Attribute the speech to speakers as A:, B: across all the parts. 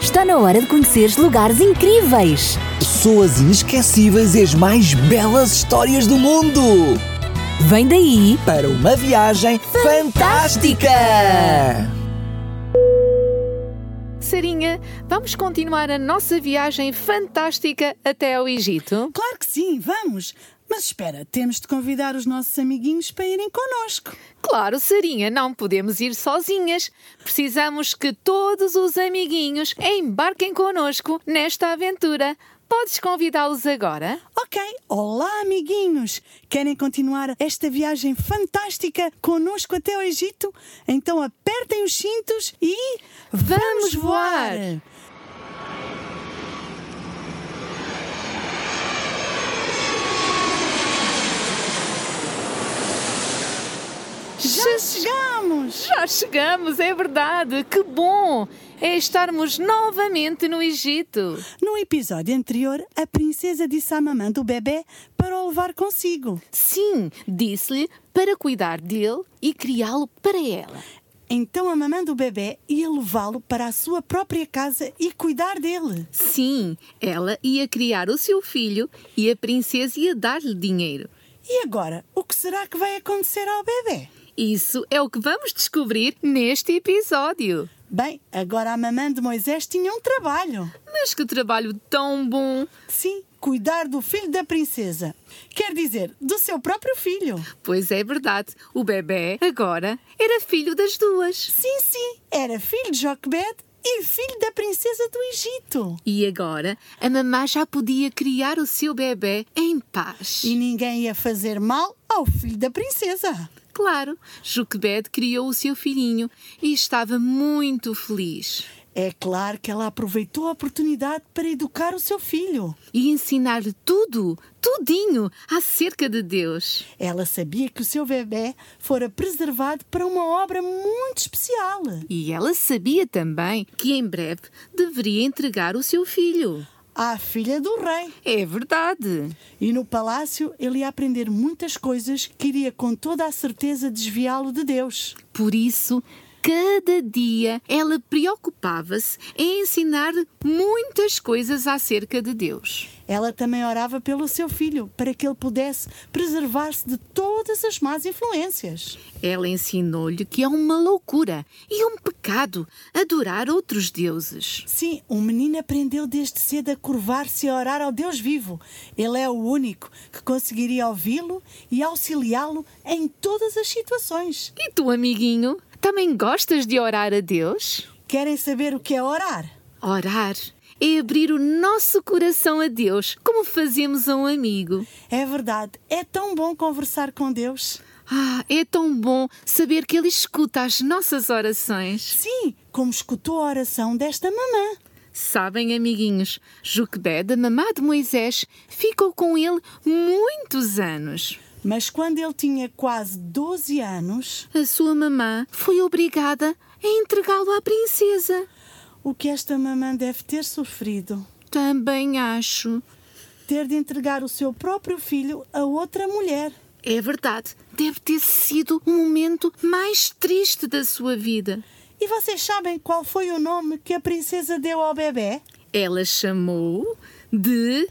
A: Está na hora de conheceres lugares incríveis.
B: Pessoas inesquecíveis e as mais belas histórias do mundo!
A: Vem daí,
B: Para uma viagem fantástica!
C: Sarinha, vamos continuar a nossa viagem fantástica até ao Egito?
D: Claro que sim, vamos! Mas espera, temos de convidar os nossos amiguinhos para irem connosco.
C: Claro, Sarinha, não podemos ir sozinhas. Precisamos que todos os amiguinhos embarquem connosco nesta aventura. Podes convidá-los agora?
D: Ok, olá amiguinhos! Querem continuar esta viagem fantástica connosco até ao Egito? Então apertem os cintos e.
C: Vamos voar!
D: Já chegamos!
C: Já chegamos, é verdade. Que bom! É estarmos novamente no Egito.
D: No episódio anterior, a princesa disse à mamã do bebê para o levar consigo.
C: Sim, disse-lhe para cuidar dele e criá-lo para ela.
D: Então a mamã do bebê ia levá-lo para a sua própria casa e cuidar dele.
C: Sim, ela ia criar o seu filho e a princesa ia dar-lhe dinheiro.
D: E agora, o que será que vai acontecer ao bebê?
C: Isso é o que vamos descobrir neste episódio.
D: Bem, agora a mamã de Moisés tinha um trabalho.
C: Mas que trabalho tão bom!
D: Sim, cuidar do filho da princesa. Quer dizer, do seu próprio filho.
C: Pois é verdade, o bebê agora era filho das duas.
D: Sim, sim, era filho de Joquebed e filho da princesa do Egito.
C: E agora a mamã já podia criar o seu bebê em paz.
D: E ninguém ia fazer mal ao filho da princesa.
C: Claro, Juquebed criou o seu filhinho e estava muito feliz.
D: É claro que ela aproveitou a oportunidade para educar o seu filho.
C: E ensinar-lhe tudo, tudinho, acerca de Deus.
D: Ela sabia que o seu bebê fora preservado para uma obra muito especial.
C: E ela sabia também que em breve deveria entregar o seu filho.
D: À filha do rei.
C: É verdade.
D: E no palácio ele ia aprender muitas coisas que iria com toda a certeza desviá-lo de Deus.
C: Por isso, cada dia ela preocupava-se em ensinar muitas coisas acerca de Deus.
D: Ela também orava pelo seu filho, para que ele pudesse preservar-se de todas as más influências.
C: Ela ensinou-lhe que é uma loucura e um pecado adorar outros deuses.
D: Sim, o menino aprendeu desde cedo a curvar-se e a orar ao Deus vivo. Ele é o único que conseguiria ouvi-lo e auxiliá-lo em todas as situações.
C: E tu, amiguinho, também gostas de orar a Deus?
D: Querem saber o que é orar?
C: Orar é abrir o nosso coração a Deus, como fazemos a um amigo.
D: É verdade, é tão bom conversar com Deus.
C: Ah, é tão bom saber que Ele escuta as nossas orações.
D: Sim, como escutou a oração desta mamã.
C: Sabem, amiguinhos, Juquebed, a mamá de Moisés, ficou com ele muitos anos.
D: Mas quando ele tinha quase 12 anos,
C: A sua mamã foi obrigada a entregá-lo à princesa.
D: o que esta mamã deve ter sofrido?
C: Também acho.
D: Ter de entregar o seu próprio filho a outra mulher.
C: É verdade, deve ter sido o momento mais triste da sua vida.
D: E vocês sabem qual foi o nome que a princesa deu ao bebê?
C: Ela chamou de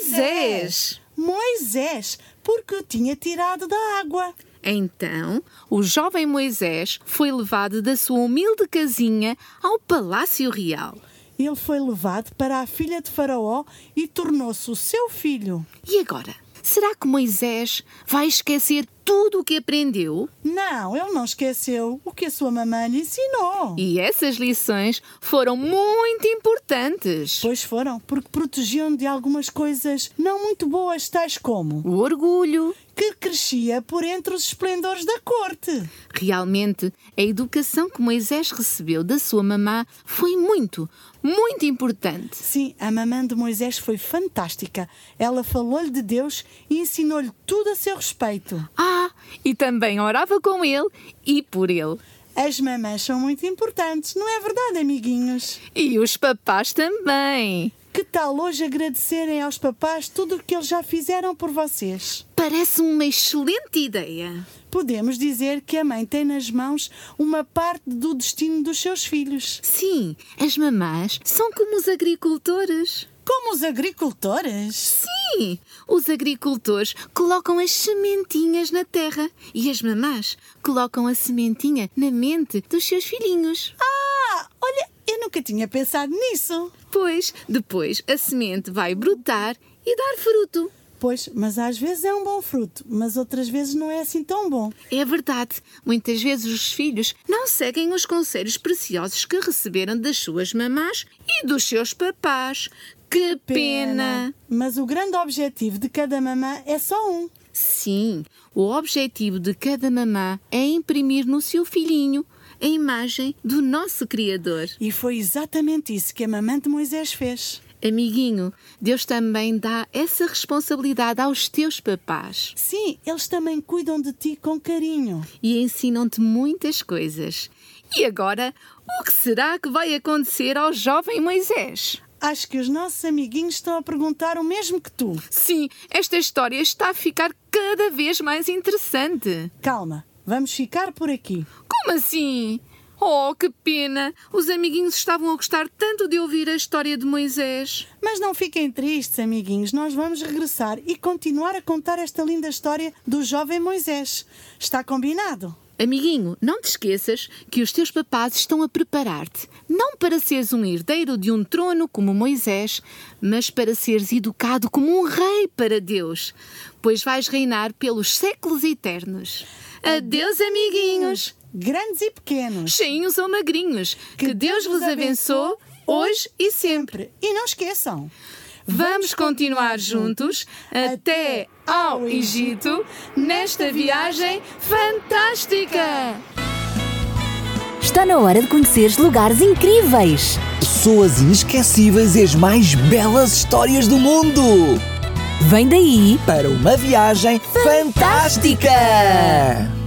C: Moisés.
D: Moisés, porque o tinha tirado da água.
C: Então, o jovem Moisés foi levado da sua humilde casinha ao Palácio Real.
D: Ele foi levado para a filha de Faraó e tornou-se o seu filho.
C: E agora? Será que Moisés vai esquecer tudo o que aprendeu?
D: Não, ele não esqueceu o que a sua mamã lhe ensinou.
C: E essas lições foram muito importantes.
D: Pois foram, porque protegiam de algumas coisas não muito boas, tais como
C: O orgulho.
D: que crescia por entre os esplendores da corte.
C: Realmente, a educação que Moisés recebeu da sua mamã foi muito, muito importante.
D: Sim, a mamã de Moisés foi fantástica. Ela falou-lhe de Deus e ensinou-lhe tudo a seu respeito.
C: Ah, e também orava com ele e por ele.
D: As mamãs são muito importantes, não é verdade, amiguinhos?
C: E os papás também.
D: Que tal hoje agradecerem aos papás tudo o que eles já fizeram por vocês?
C: Parece-me uma excelente ideia.
D: Podemos dizer que a mãe tem nas mãos uma parte do destino dos seus filhos.
C: Sim, as mamás são como os agricultores.
D: Como os agricultores?
C: Sim, os agricultores colocam as sementinhas na terra e as mamás colocam a sementinha na mente dos seus filhinhos.
D: Ah, olha, eu nunca tinha pensado nisso.
C: Pois, depois a semente vai brotar e dar fruto.
D: Pois, mas às vezes é um bom fruto, mas outras vezes não é assim tão bom.
C: É verdade, muitas vezes os filhos não seguem os conselhos preciosos que receberam das suas mamás e dos seus papás. Que pena.
D: Mas o grande objetivo de cada mamã é só um.
C: Sim, o objetivo de cada mamã é imprimir no seu filhinho a imagem do nosso Criador.
D: E foi exatamente isso que a mamã de Moisés fez.
C: Amiguinho, Deus também dá essa responsabilidade aos teus papás
D: Sim, eles também cuidam de ti com carinho.
C: e ensinam-te muitas coisas. E agora, o que será que vai acontecer ao jovem Moisés?
D: Acho que os nossos amiguinhos estão a perguntar o mesmo que tu.
C: Sim, esta história está a ficar cada vez mais interessante.
D: Calma, vamos ficar por aqui.
C: Como assim? Oh, que pena! Os amiguinhos estavam a gostar tanto de ouvir a história de Moisés.
D: Mas não fiquem tristes, amiguinhos, nós vamos regressar e continuar a contar esta linda história do jovem Moisés. Está combinado?
C: Amiguinho, não te esqueças que os teus papás estão a preparar-te, não para seres um herdeiro de um trono como Moisés, mas para seres educado como um rei para Deus, pois vais reinar pelos séculos eternos. Adeus, amiguinhos,
D: Grandes e pequenos.
C: cheinhos ou magrinhos, que Deus vos abençoe hoje e sempre.
D: E não esqueçam.
C: Vamos continuar juntos até ao Egito nesta viagem fantástica!
A: Está na hora de conheceres lugares incríveis.
B: Pessoas inesquecíveis e as mais belas histórias do mundo.
A: Vem daí
B: Para uma viagem fantástica.